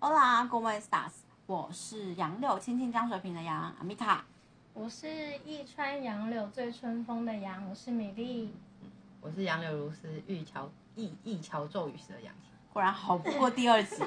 Hola, ¿cómo estás？我是杨柳青青江水平的杨阿米塔。我是一川杨柳醉春风的杨，我是米粒。我是杨柳如丝，玉桥一一桥骤雨时的杨，果然好不过第二 集。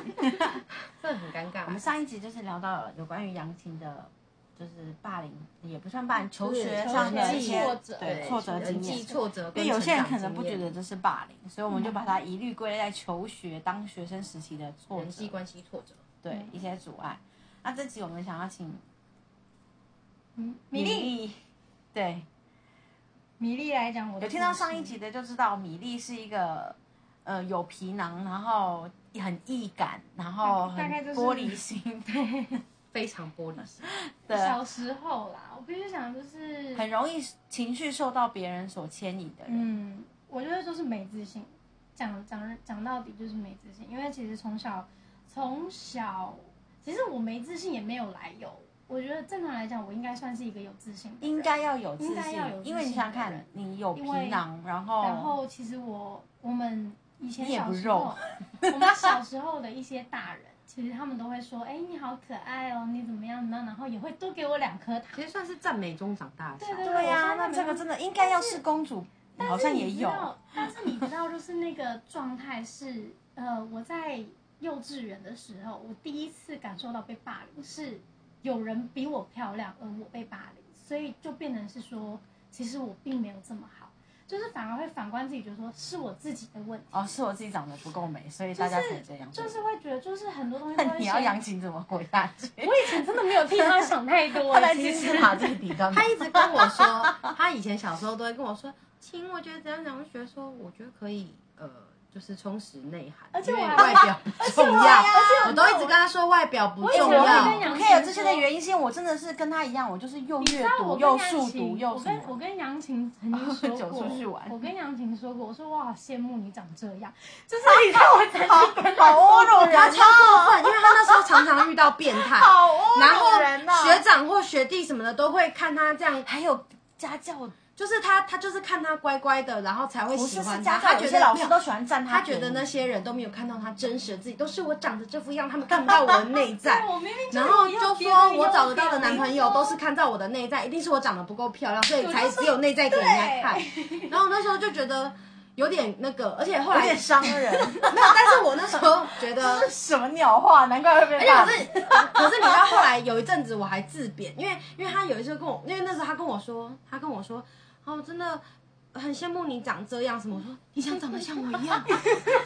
这很尴尬。我们上一集就是聊到了有关于杨琴的，就是霸凌，也不算霸凌，求就是学求上的学一些挫折对挫折人经际验。挫折因跟为有些人可能成不长经觉验得这是霸凌，所以我们就把它一律归类在求学、当学生时期的挫人际折，关系挫折。对一些阻碍。那这集我们想要请嗯，米米粒，粒，对，米粒来讲我的有故事。听到上一集的就知道，米粒是一个呃有皮囊，然后很易感，然后嗯很大概就是玻璃心，对非常玻璃 心，的，小时候啦，我必须讲就是，很容易情绪受到别人所牵引的人。嗯，我觉得就是没自信。讲讲讲到底就是没自信，因为其实从小从小，其实我没自信也没有来由。我觉得正常来讲，我应该算是一个有自信的人应该要有自应该信要有自，信因为你想想的看人，你有皮因为囊，然后然后其实我我们以前哦你也小不时肉候，我们小时候的一些大人，其实他们都会说：“哎，你好可爱哦，你怎么样怎么样？”然后也会多给我两颗糖其。实算是赞美中长大的小对孩。对啊呀、我那发现这个真的应该要是公主，好像也有，但是你知道，但是你知道，就是那个状态是，呃，我在幼稚园的时候，我第一次感受到被霸凌，是有人比我漂亮，而我被霸凌，所以就变成是说，其实我并没有这么好，就是反而会反观自己，觉得说是我自己的问题。哦，是我自己长得不够美，所以就大家才是这样。就是会觉得，就是很多东西都那 会你要先 杨琴怎么活下去？我以前真的没有替他想太 多，他来其金实 字塔这底干嘛他？一直跟我说，他以前小时候都会跟我说，亲，我觉得怎样怎样，我就觉得说，我觉得可以，呃，就是充实内涵，而且因为我还外表不重我要还而且，我都一直跟他说外表不我以前重会要跟。杨我琴可以啊有这些说的原因，是因为我真的是跟他一样，我就是又你知阅道我读跟又杨速琴读又我什跟我么。跟杨琴曾经 说走过，出去玩我跟杨琴说过，我说我好羡慕你长这 样，就是你看我才 好侮辱人他啊，超过分，因为他那时候常常遇到变 态，好啊侮然后辱人呐！学长或学弟什么的都会看他这样，还有家教，就是他他就是看他乖乖的，然后才会不喜是欢是他。家教，他有觉些得老没师有都喜欢占他便觉宜得那些人都没有看到他真实的自己，都是我长得这副样，他们看不到我的内在对。我明明然后就说我找得到的男朋友都是看到我的内在，一定是我长得不够漂亮，所以才只有内在给人家看。然后我那时候就觉得有点那个，而且后有来没点有，伤人， 但是我那时候觉得这是什么鸟话？难怪会被骂而且。可是，可是你知道后来有一阵子我还自贬，因为因为他有一次跟我，因为那时候他跟我说，他跟我说，哦，真的很羡慕你长这样什么。我说你想长得像我一样？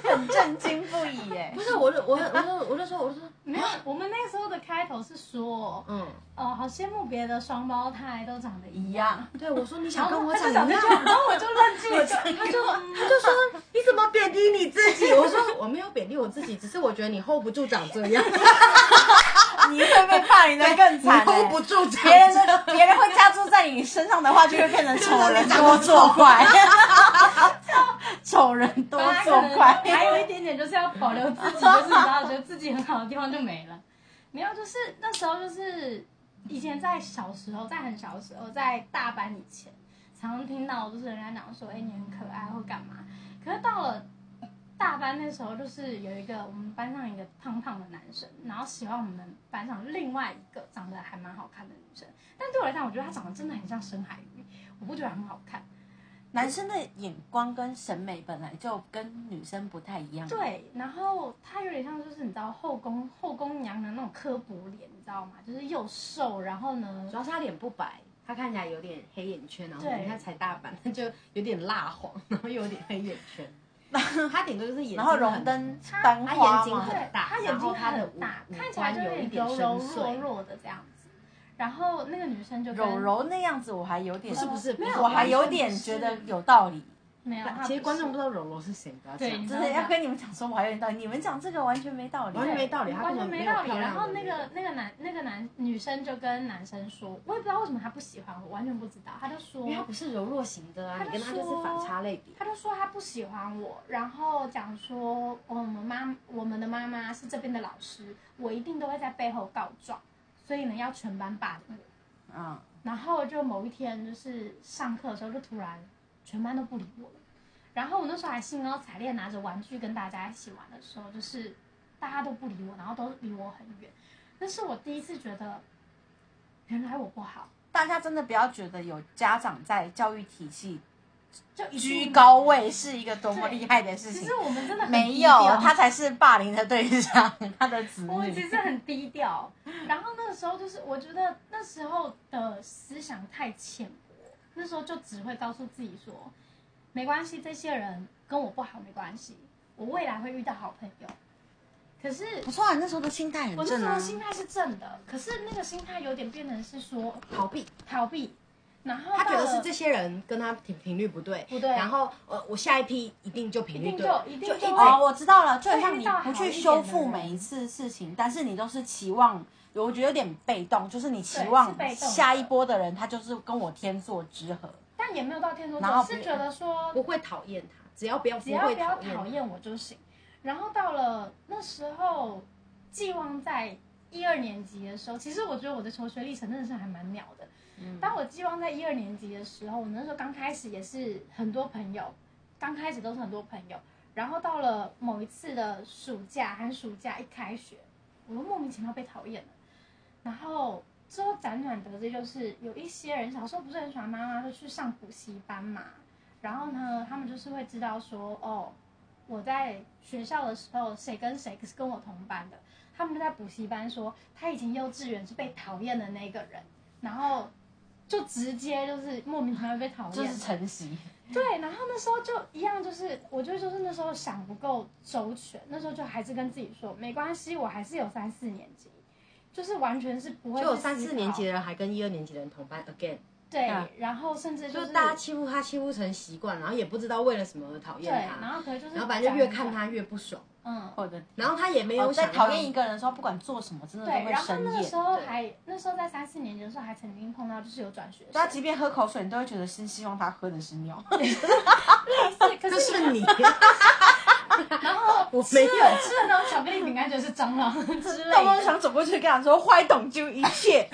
很震惊不已耶 不！是，我就我我就 我就说我就说， 没有，我们那时候的开头是说，嗯，哦，好羡慕别的双胞胎都长得一一 样，样，对，我说你然想跟后我他长就一讲样，这句话，然后我就愣住了，就他就他就说你怎么贬低你自己？我说我没有贬低我自己，只是我觉得你 hold 不住长这 样，你会被霸凌的更 你惨耶。哎 hold 不住长别人这的样。别人会加注在你身上的话， 就会变成丑人多作怪。 丑人多他可作能怪，还有一点点就是要保留自己，就是你知道，觉得自己很好的地方就没了。没有，就是那时候就是以前在小时候，在很小的时候，在大班以前，常常听到就是人家讲说，哎、你很可爱或干嘛。可是到了大班那时候，就是有一个我们班上一个胖胖的男生，然后喜欢我们班上另外一个长得还蛮好看的女生，但对我来讲，我觉得她长得真的很像深海鱼，我不觉得她很好看。男生的眼光跟审美本来就跟女生不太一样。，对，然后他有点像就是你知道后宫后宫娘娘那种刻薄脸，你知道吗？就是又瘦，然后呢主，要是他脸不白，他看起来有点黑眼圈，然后对你看才大阪，就有点蜡黄， 然后又有点黑眼圈。 他顶多就是眼睛然后荣很灯他班他花眼睛嘛，很对，大他眼然睛后他的很五大，五看起来官就有点一点柔深柔弱邃弱的这样子。然后那个女生就跟柔柔那样子，我还有点不是不是，不没有是我还有点觉得有道理。没有，她其实不观是众不知道柔柔是谁，不要这对样你子。真知道的要吗跟你们讲说，我还有点道理，你们讲这个完全没道理。完全没道理对他完根全本没没有道理。漂亮然后的那那个那个男那个男女生就跟男生说，我也不知道为什么他不喜欢我，完全不知道。他就说因为他不是柔弱型的啊，他就你跟他就是反差类比。他就说他不喜欢我，然后讲说哦我们妈我们的妈妈是这边的老师，我一定都会在背后告状，所以呢要全班霸凌我。嗯，然后就某一天就是上课的时候，就突然全班都不哦理我了。然后我那时候还兴高采烈拿着玩具跟大家一起玩的时候，就是大家都不理我，然后都离我很远。那是我第一次觉得，原来我不好，大家真的不要觉得有家长在教育体系就一定居。高位是一个多么厉害的事其情实，我们真的 很没低有调，他才是霸凌的对象， 他的子我其女。实很低调。然后那个时候就是，我觉得那时候的思想太浅薄，那时候就只会告诉自己说，没关系，这些人跟我不好没关系，我未来会遇到好朋友。可是不错啊，你那时候的心态很我那正时候啊。心态是正的，可是那个心态有点变成是说逃避。逃避，然后他觉到得了是这些人跟他频频率不对，不对然后呃，我下一批一定就频率对了，一定就一定就就一会哦，直我知道了，就很像遇你到好不去一点修的复人每一次事情，但是你都是期望，我觉得有点被动，就是你期对是望被动下的一波的人他就是跟我天作之合。但也没有到天多然后是不觉得说不会讨厌他，只要不要只不要会不要讨厌讨他，厌我就行。然后到了那时候，寄望在一二年级的时候，其实我觉得我的求学历程真的是还蛮鸟的。嗯当我寄望在一二年级的时候，我那时候刚开始也是很多朋友，刚开始都是很多朋友。然后到了某一次的暑假，寒暑假一开学，我又莫名其妙被讨厌了。然后之后辗转得知，就是有一些人小时候不是很喜欢妈妈，就去上补习班嘛。然后呢，他们就是会知道说，哦，我在学校的时候，谁跟谁是跟我同班的，他们就在补习班说，他以前幼稚园是被讨厌的那个人，然后就直接就是莫名其妙被讨厌，就是晨曦，对，然后那时候就一样，就是我就就是那时候想不够周全，那时候就还是跟自己说没关系，我还是有三四年级，就是完全是不会就有去三思四年级考的人还跟一二年级的人同班 again，对啊，然后甚至就是是大家欺负他欺负成习惯，然后也不知道为了什么而讨对，厌他，啊然后可能就是然后反正就越讲看讲哦他越不爽，嗯我的然后他也没有在想讨要厌一个人的时候，不管做什么，真的都对，会然后生那个厌时。候还那时候在三四年级的时候还曾经碰到就是有转学他生，啊即便喝口水，你都会觉得是希望他喝的是哦尿。对，可这是是你， 然后我吃没有了吃了那种巧克力饼干就是蟑螂 之类那我的就。想走过去跟他说：“坏懂就一切。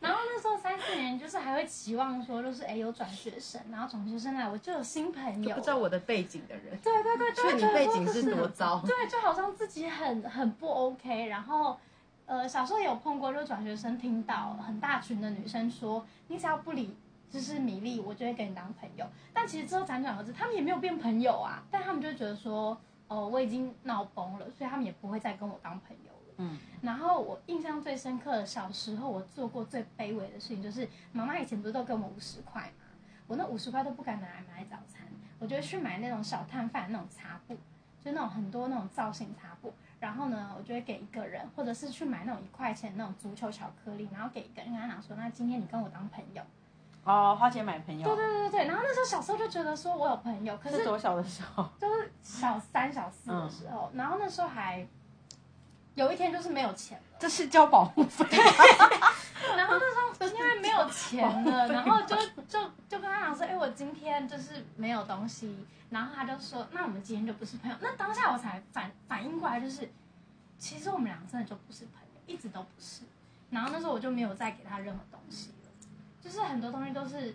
然后那时候三四年就是还会期望说，就是哎有转学生，然后转学生来我就有新朋友，不知道我的背景的人，啊对对对，就所以会你觉得背说景就是多糟，对，就好像自己很很不 OK。然后，呃，小时候有碰过，就转学生听到很大群的女生说，你只要不理就是米粒，我就会跟你当朋友。但其实之后辗转而至，他们也没有变朋友啊，但他们就觉得说，哦，我已经闹崩了，所以他们也不会再跟我当朋友了。”嗯，然后我印象最深刻的，小时候我做过最卑微的事情，就是妈妈以前不是都给我们五十块嘛，我那五十块都不敢拿来买早餐，我就会去买那种小摊贩那种擦布，就那种很多那种造型擦布。然后呢，我就会给一个人，或者是去买那种一块钱那种足球巧克力，然后给一个人，跟他讲说，那今天你跟我当朋友。哦，花钱买朋对友，对对对对。然后那时候小时候就觉得说我有朋友，可是是多小的时候？就是小三小四的时候，然后那时候还有一天就是没有钱。这是交保护费。然后那时候因为没有钱了，然后就就就跟他讲说，哎、我今天就是没有东西。然后他就说，那我们今天就不是朋友。那当下我才反反应过来，就是其实我们俩真的就不是朋友，一直都不是。然后那时候我就没有再给他任何东西了，就是很多东西都是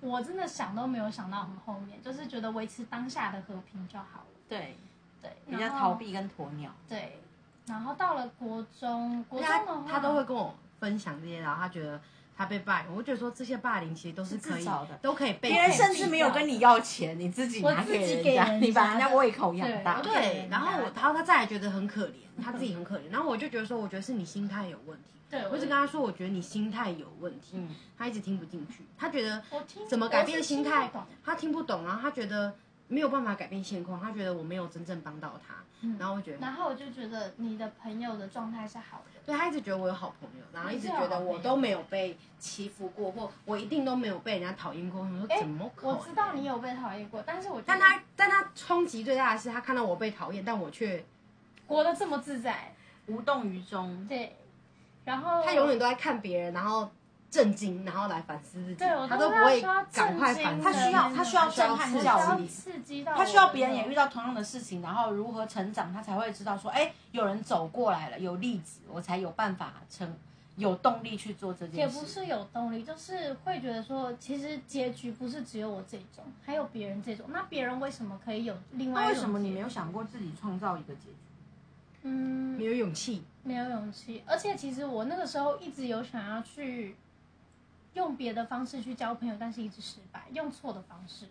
我真的想都没有想到很后面，就是觉得维持当下的和平就好了。对，对，比较然后逃。避跟鸵鸟。对，然后到了国中，国因为中他的话，他都会跟我分享这些，然后他觉得他被霸凌，我觉得说这些霸凌其实都是是可自以找的都可以被别人控制甚至没有跟你要钱，你自己拿我自己人给家，人 家你把人家胃口养大。对对，然后我，人家然后他再来觉得很可怜，他自己很可怜，然后我就觉得说，我觉得是你心态有问题。对，我一直跟他说，我觉得你心态有问题，嗯，他一直听不进去，他觉得我听怎么改变心我是听态不懂他听不懂，然啊后他觉得没有办法改变现况，他觉得我没有真正帮到他，嗯然后我觉得，然后我就觉得你的朋友的状态是好的，对他一直觉得我有好朋友，然后一你直是有啊觉得好朋友我都没有被欺负过，或我一定都没有被人家讨厌过，我想哎说怎么可我能？知道你有被讨厌过，但是我觉但得他但他冲击最大的是，他看到我被讨厌，但我却活得这么自在，无动于衷。对，然后他永远都在看别人，然后震惊，然后来反思自己，对我他都不知道会说要赶快震惊反思，他需要他需要震撼我只自己教要育刺激到我他的需要别人也遇到同样的事情，然后如何成长，他才会知道说，哎，有人走过来了，有例子，我才有办法成有动力去做这也件不事。是有动力，就是会觉得说，其实结局不是只有我这种，还有别人这种。那别人为什么可以有另那外一为种？什么你没有？想过自己创造一个结局？嗯，没有勇气，没有勇气。而且其实我那个时候一直有想要去用别的方式去交朋友，但是一直失败，用错的方式，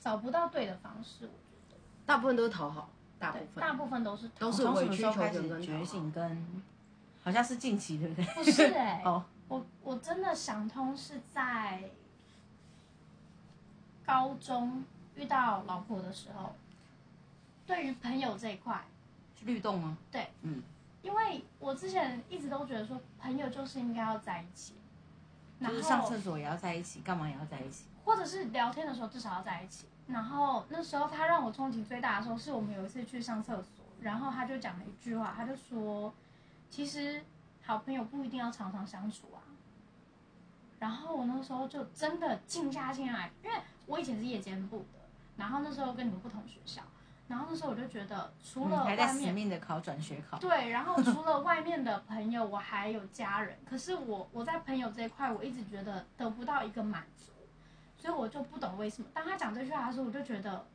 找不到对的方式。我觉得大部分都是讨好，大部对，分大部分都是都是从什委么曲时求候开全始跟觉讨好。醒跟？好像是近期，对不对？ 不是哎、哦，我我真的想通是在高中遇到老婆的时候，对于朋友这一块，是律动吗？对，嗯，因为我之前一直都觉得说朋友就是应该要在一起，然就是上后厕所也要在一起，干嘛也要在一起？或者是聊天的时候至少要在一起。然后那时候他让我冲击最大的时候，是我们有一次去上厕所，然后他就讲了一句话，他就说，其实好朋友不一定要常常相处啊。然后我那时候就真的静下心来，因为我以前是夜间部的，然后那时候跟你们不同学校，然后那时候我就觉得除嗯了还在外死面命的考转学考，对，然后除了外面的朋友，我还有家人。可是我我在朋友这一块，我一直觉得得不到一个满足，所以我就不懂为什么。当他讲这句话的时候，我就觉得，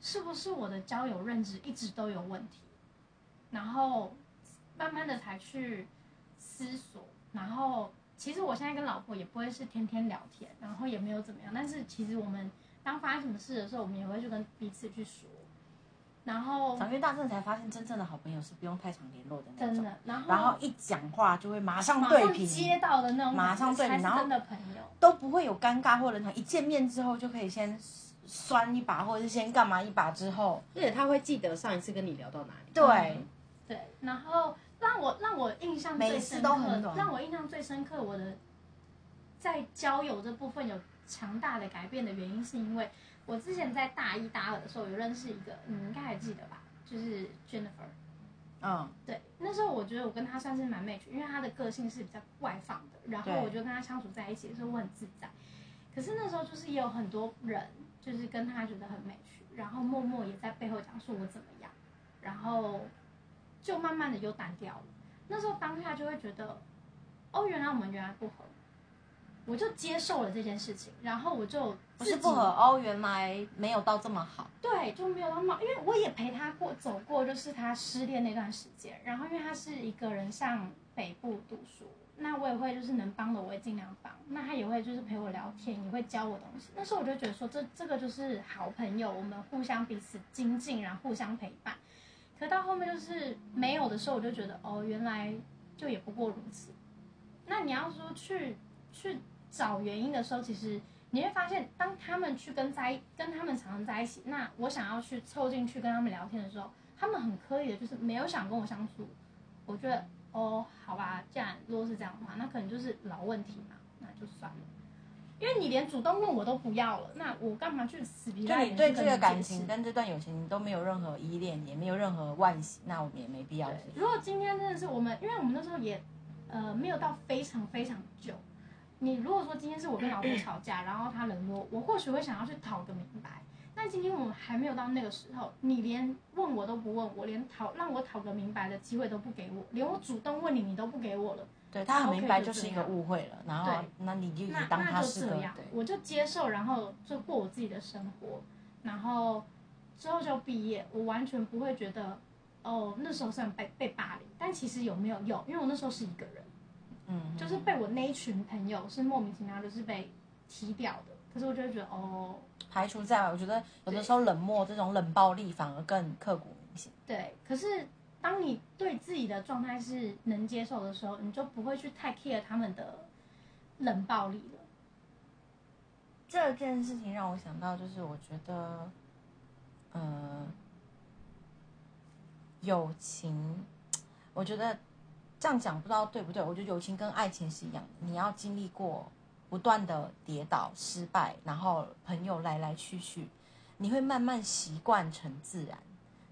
是不是我的交友认知一直都有问题？然后慢慢的才去思索。然后其实我现在跟老婆也不会是天天聊天，然后也没有怎么样。但是其实我们当发生什么事的时候，我们也会去跟彼此去说。然后长越大真的才发现，真正的好朋友是不用太常联络的那真种。的，然后然后一讲话就会马上马对上平，接到的那种感觉，马上对才平是然后真的朋友。都不会有尴尬或冷场。一见面之后就可以先酸一把，或者是先干嘛一把之后，而且他会记得上一次跟你聊到哪里，对，对，然后让我让我印象每最一次深都很刻短，让我印象最深刻，我的在交友这部分有强大的改变的原因，是因为我之前在大一大二的时候有认识一个，你们应该还记得吧？就是 Jennifer。嗯，对，那时候我觉得我跟他算是蛮 match，因为他的个性是比较外放的，然后对我就跟他相处在一起的时候我很自在。可是那时候就是也有很多人就是跟他觉得很 match，然后默默也在背后讲说我怎么样，然后就慢慢的又淡掉了。那时候当下就会觉得，哦，原来我们原来不合，我就接受了这件事情，然后我就不自是己不合哦，原来没有到这么好，对，就没有那么，因为我也陪他过走过，就是他失恋那段时间。然后因为他是一个人上北部读书，那我也会就是能帮的我会尽量帮，那他也会就是陪我聊天，也会教我东西。那时候我就觉得说这这个就是好朋友，我们互相彼此精进，然后互相陪伴。可到后面就是没有的时候，我就觉得哦，原来就也不过如此。那你要说去去找原因的时候，其实你会发现，当他们去跟在跟他们常常在一起，那我想要去凑进去跟他们聊天的时候，他们很刻意的，就是没有想跟我相处。我觉得哦，好吧，既然如果是这样的话，那可能就是老问题嘛，那就算了。因为你连主动问我都不要了，那我干嘛去死皮就赖你脸对去这跟个你感解释情跟这段友情你都没有任何依恋，也没有任何惋惜，那我们也没必要对。如果今天真的是我们，因为我们那时候也呃没有到非常非常久。你如果说今天是我跟老婆吵架，然后他冷落我，我或许会想要去讨个明白。但今天我们还没有到那个时候，你连问我都不问我，连讨让我讨个明白的机会都不给我，连我主动问你你都不给我了。对他很 OK，明白，就就是这一个样误会了，然后对那你就那当那他就是这个样对，我就接受，然后就过我自己的生活，然后之后就毕业，我完全不会觉得哦，那时候虽然被被霸凌，但其实有没有用？因为我那时候是一个人，嗯，就是被我那一群朋友是莫名其妙就是被踢掉的，可是我就会觉得哦，排除在外。我觉得有的时候冷漠这种冷暴力反而更刻骨铭心。对，可是当你对自己的状态是能接受的时候，你就不会去太 care 他们的冷暴力了。这件事情让我想到，就是我觉得，呃，友情，我觉得这样讲不知道对不对。我觉得友情跟爱情是一样的，你要经历过不断的跌倒、失败，然后朋友来来去去，你会慢慢习惯成自然。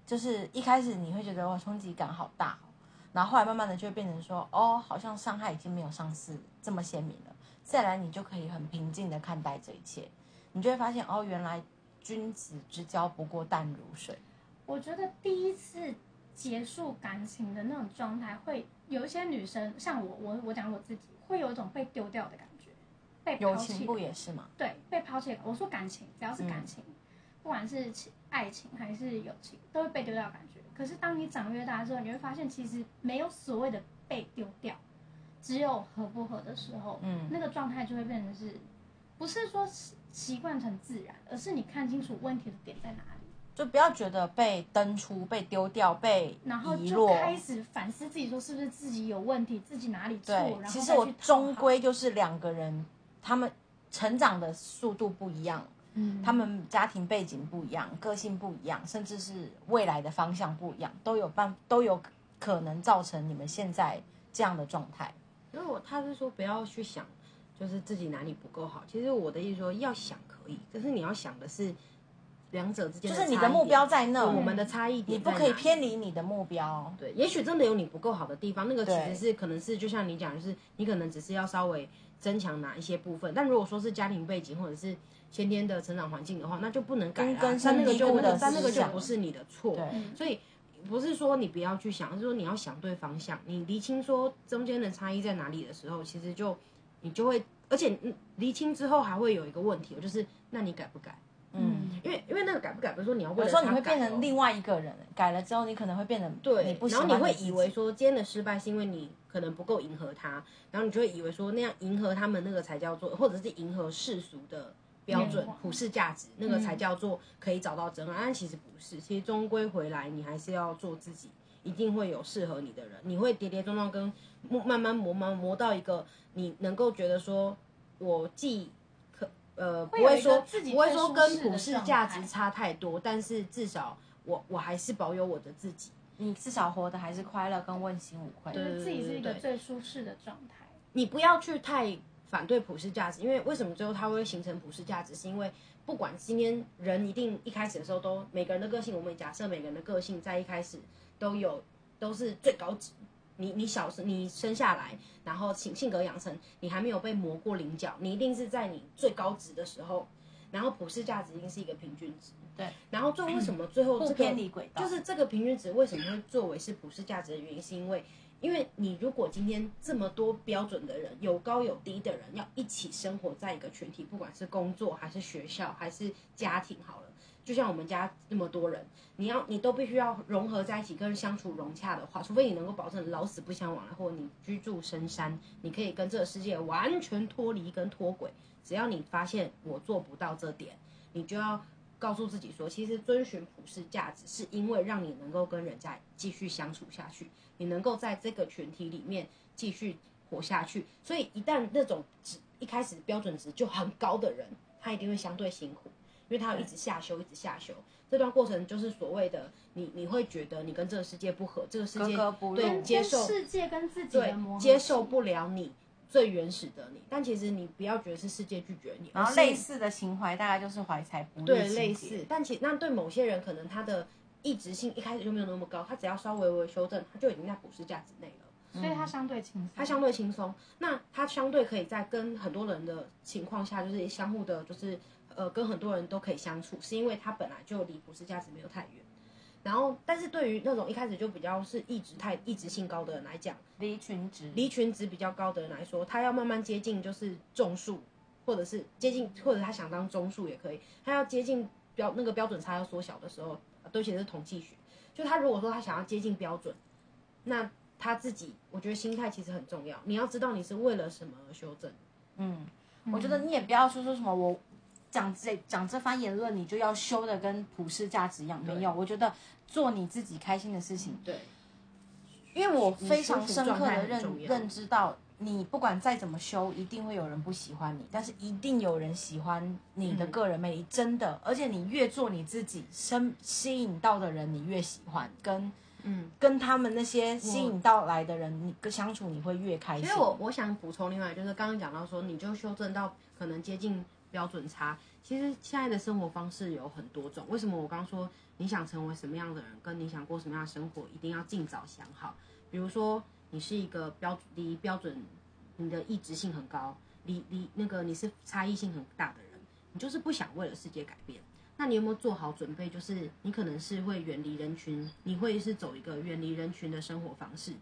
就是一开始你会觉得哇冲击感好大哦，然后后来慢慢的就会变成说哦，好像伤害已经没有上次这么鲜明了。再来，你就可以很平静的看待这一切，你就会发现哦，原来君子之交不过淡如水。我觉得第一次结束感情的那种状态，会有一些女生，像我，我我讲我自己，会有一种被丢掉的感觉，被友抛弃情嗯的不也是吗？对，被抛弃的感。我说感情，只要是感情，不管是情爱情还是友情，都会被丢掉的感觉。可是当你长越大之后，你会发现其实没有所谓的被丢掉，只有合不合的时候，嗯那个状态就会变成是，不是说习习惯成自然，而是你看清楚问题的点在哪里，就不要觉得被登出、被丢掉、被然后遗就落。开始反思自己，说是不是自己有问题，自己哪里错，对然，后其实再我去讨终好归就是两个人，他们成长的速度不一样，嗯，他们家庭背景不一样，个性不一样，甚至是未来的方向不一样，都有办都有可能造成你们现在这样的状态。因为我他是说不要去想，就是自己哪里不够好。其实我的意思说要想可以，可是你要想的是两者之间就的是你差的异目点标在对那，我们的差异你点不在哪里，可以偏离你的目标。对，也许真的有你不够好的地方，那个其对实是可能是就像你讲，就是你可能只是要稍微增强哪一些部分，但如果说是家庭背景或者是先天的成长环境的话，那就不能改根了。深但那个蒂就固那个的但那个思就想不是你的错。对嗯所以不是说你不要去想，是说你要想对方向，你厘清说中间的差异在哪里的时候，其实就你就会，而且嗯厘清之后还会有一个问题，哦就是那你改不改？嗯，因为因为那个改不改不是说你要为有了时候你他会改变哦成另外一个人，改了之后你可能会变成对，你不喜然后欢你的会自己以为说今天的失败是因为你可能不够迎合他，然后你就会以为说那样迎合他们那个才叫做，或者是迎合世俗的标准眼光、普世价值，那个才叫做可以找到真爱。嗯但其实不是，其实终归回来，你还是要做自己，一定会有适合你的人，你会跌跌撞撞跟磨慢慢磨慢慢磨到一个你能够觉得说，我既可呃不会有会一个说自己不会最说舒跟适普的世状价态值差太多，但是至少我我还是保有我的自己。你至少活得还是快乐跟问心无愧。觉得自己是一个对对对最舒适的状态。你不要去太反对普世价值，因为为什么最后它会形成普世价值，是因为不管今天人一定一开始的时候都每个人的个性，我们假设每个人的个性在一开始都有都是最高值。你你小时你生下来，然后性性格养成，你还没有被磨过棱角，你一定是在你最高值的时候，然后普世价值一定是一个平均值。对，然后最后为什么最后这不个偏离轨道，就是这个平均值为什么会作为是普世价值的原因，是因为因为你如果今天这么多标准的人，有高有低的人，要一起生活在一个群体，不管是工作还是学校还是家庭，好了。就像我们家那么多人，你要你都必须要融合在一起，跟人相处融洽的话，除非你能够保证老死不相往来，或者你居住深山，你可以跟这个世界完全脱离跟脱轨。只要你发现我做不到这点，你就要告诉自己说，其实遵循普世价值，是因为让你能够跟人家继续相处下去，你能够在这个群体里面继续活下去。所以一旦那种值一开始标准值就很高的人，他一定会相对辛苦，因为他要一直下修，一直下修。这段过程就是所谓的你，你会觉得你跟这个世界不合，这个世格界格不入。对跟接受跟世界跟自己对的磨合期，接受不了你最原始的你。但其实你不要觉得是世界拒绝你，然后而是类似的情怀大概就是怀才不遇对情节类似，但其那对某些人可能他的一直性一开始就没有那么高，他只要稍微微修正，他就已经在普世价值内了。所以它相对轻松。他相对轻松，那他相对可以在跟很多人的情况下，就是相互的，就是呃，跟很多人都可以相处，是因为他本来就离普世价值没有太远。然后，但是对于那种一开始就比较是意志太意志性高的人来讲，离群值，离群值比较高的人来说，他要慢慢接近就是种树，或者是接近，或者他想当中树也可以，他要接近标那个标准差要缩小的时候，啊对不起，这是统计学。就他如果说他想要接近标准，那他自己我觉得心态其实很重要，你要知道你是为了什么而修正。嗯，我觉得你也不要说说什么我讲这讲这番言论，你就要修的跟普世价值一样，对没有。我觉得做你自己开心的事情，对，因为我非常深刻的你舒服状态很认重要认知到，你不管再怎么修，一定会有人不喜欢你，但是一定有人喜欢你嗯的个人魅力，真的。而且你越做你自己，生吸引到的人你越喜欢，跟嗯，跟他们那些吸引到来的人，你跟相处你会越开心。因为我我想补充另外就是刚刚讲到说，你就修正到可能接近标准差。其实现在的生活方式有很多种，为什么我刚刚说你想成为什么样的人，跟你想过什么样的生活，一定要尽早想好。比如说，你是一个标准离标准，你的意志性很高，离离那个你是差异性很大的人，你就是不想为了世界改变。那你有没有做好准备？就是你可能是会远离人群，你会是走一个远离人群的生活方式，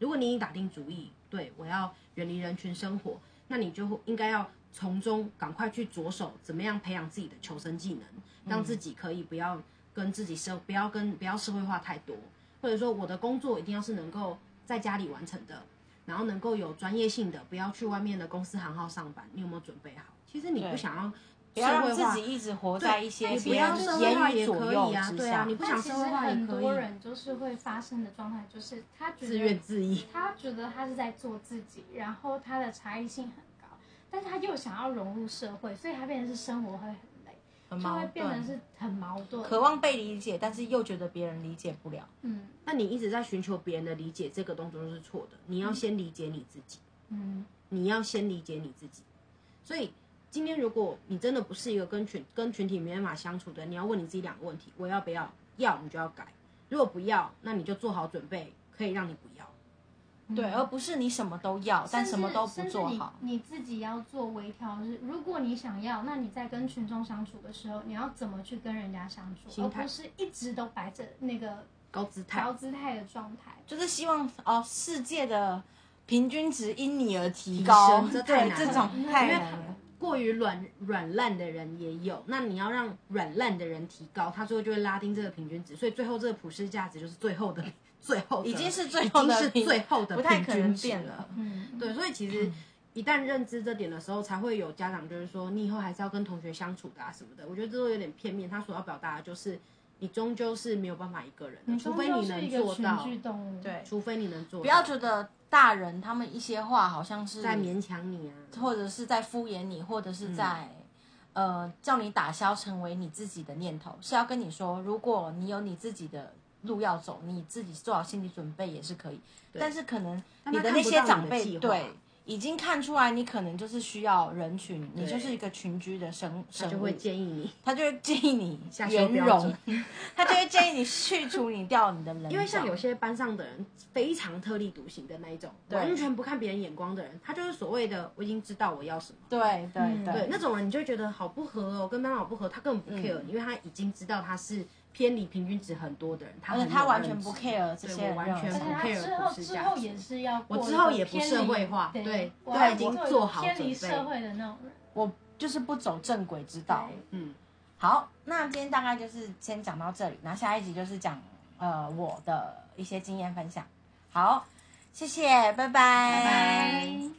如果你已经打定主意，对我要远离人群生活，那你就应该要从中赶快去着手，怎么样培养自己的求生技能，让自己可以不要跟自己社不要跟不要社会化太多，或者说我的工作一定要是能够在家里完成的，然后能够有专业性的，不要去外面的公司行号上班。你有没有准备好？其实你不对想要。不要社会让化自己一直活在一些你不别要人社会化言也语可左以右啊，之对啊，下你。不但想其社实会化也很可多以，啊人就是会发生的状态，就是他觉自得怨自艾。他觉得他是在做自己，然后他的差异性很高，但是他又想要融入社会，所以他变成是生活会很累，很就矛会变盾，成是很矛盾。渴望被理解，但是又觉得别人理解不了。嗯那你一直在寻求别人的理解，这个动作就是错的。你要先理解你自己，嗯，你要先理解你自己。所以今天如果你真的不是一个跟群跟群体没办法相处的，你要问你自己两个问题：我要不要？要你就要改，如果不要，那你就做好准备，可以让你不要。嗯对，而不是你什么都要，但什么都不甚至做好。你。你自己要做微调，就是如果你想要，那你在跟群众相处的时候，你要怎么去跟人家相处，心而态不是一直都摆着那个高姿态高，姿态的状态。就是希望哦，世界的平均值因你而提提高升这，对太难这了嗯种因为太难了。过于软软烂的人也有。那你要让软烂的人提高，他最后就会拉低这个平均值。所以最后这个普世价值就是最后的 最后的已经是最已后经的是平最后的不太平可能均值变了。嗯，对，所以其实一旦认知这点的时候，才会有家长就是说，你以后还是要跟同学相处的啊什么的。我觉得这都有点片面。他所要表达的就是，你终究是没有办法一个人的，除非你能做到群，居动物，对除非你能做到，不要觉得大人他们一些话好像是再勉强你啊。或者是在敷衍你，或者嗯是在、呃叫你打消成为你自己的念头，是要跟你说，如果你有你自己的路要走，你自己做好心理准备也是可以。但是可能他你的看那不些到长你的计辈划对已经看出来，你可能就是需要人群，你对就是一个群居的生他生就物会，建议你他就会建议你下修圆标融准，， 他就会建议你去除你掉你的人种，因为像有些班上的人非常特立独行的那一种，对完全不看别人眼光的人，他就是所谓的我已经知道我要什么。对对嗯对对，那种人，你就会觉得好不合哦，跟班长好不合，他根本嗯不 care，、因为他已经知道他是偏离平均值很多的人，他而且很他有完认全不知 care 这对些我完人全而什且么不他 care 之后普世之价值后也是要过我之一后个也不偏社离会化对对我对要已经做一个做好偏准离备社会的那种人。我就是不走正轨之道。对嗯，好，那今天大概就是先讲到这里，那下一集就是讲呃我的一些经验分享。好，谢谢，拜拜拜拜。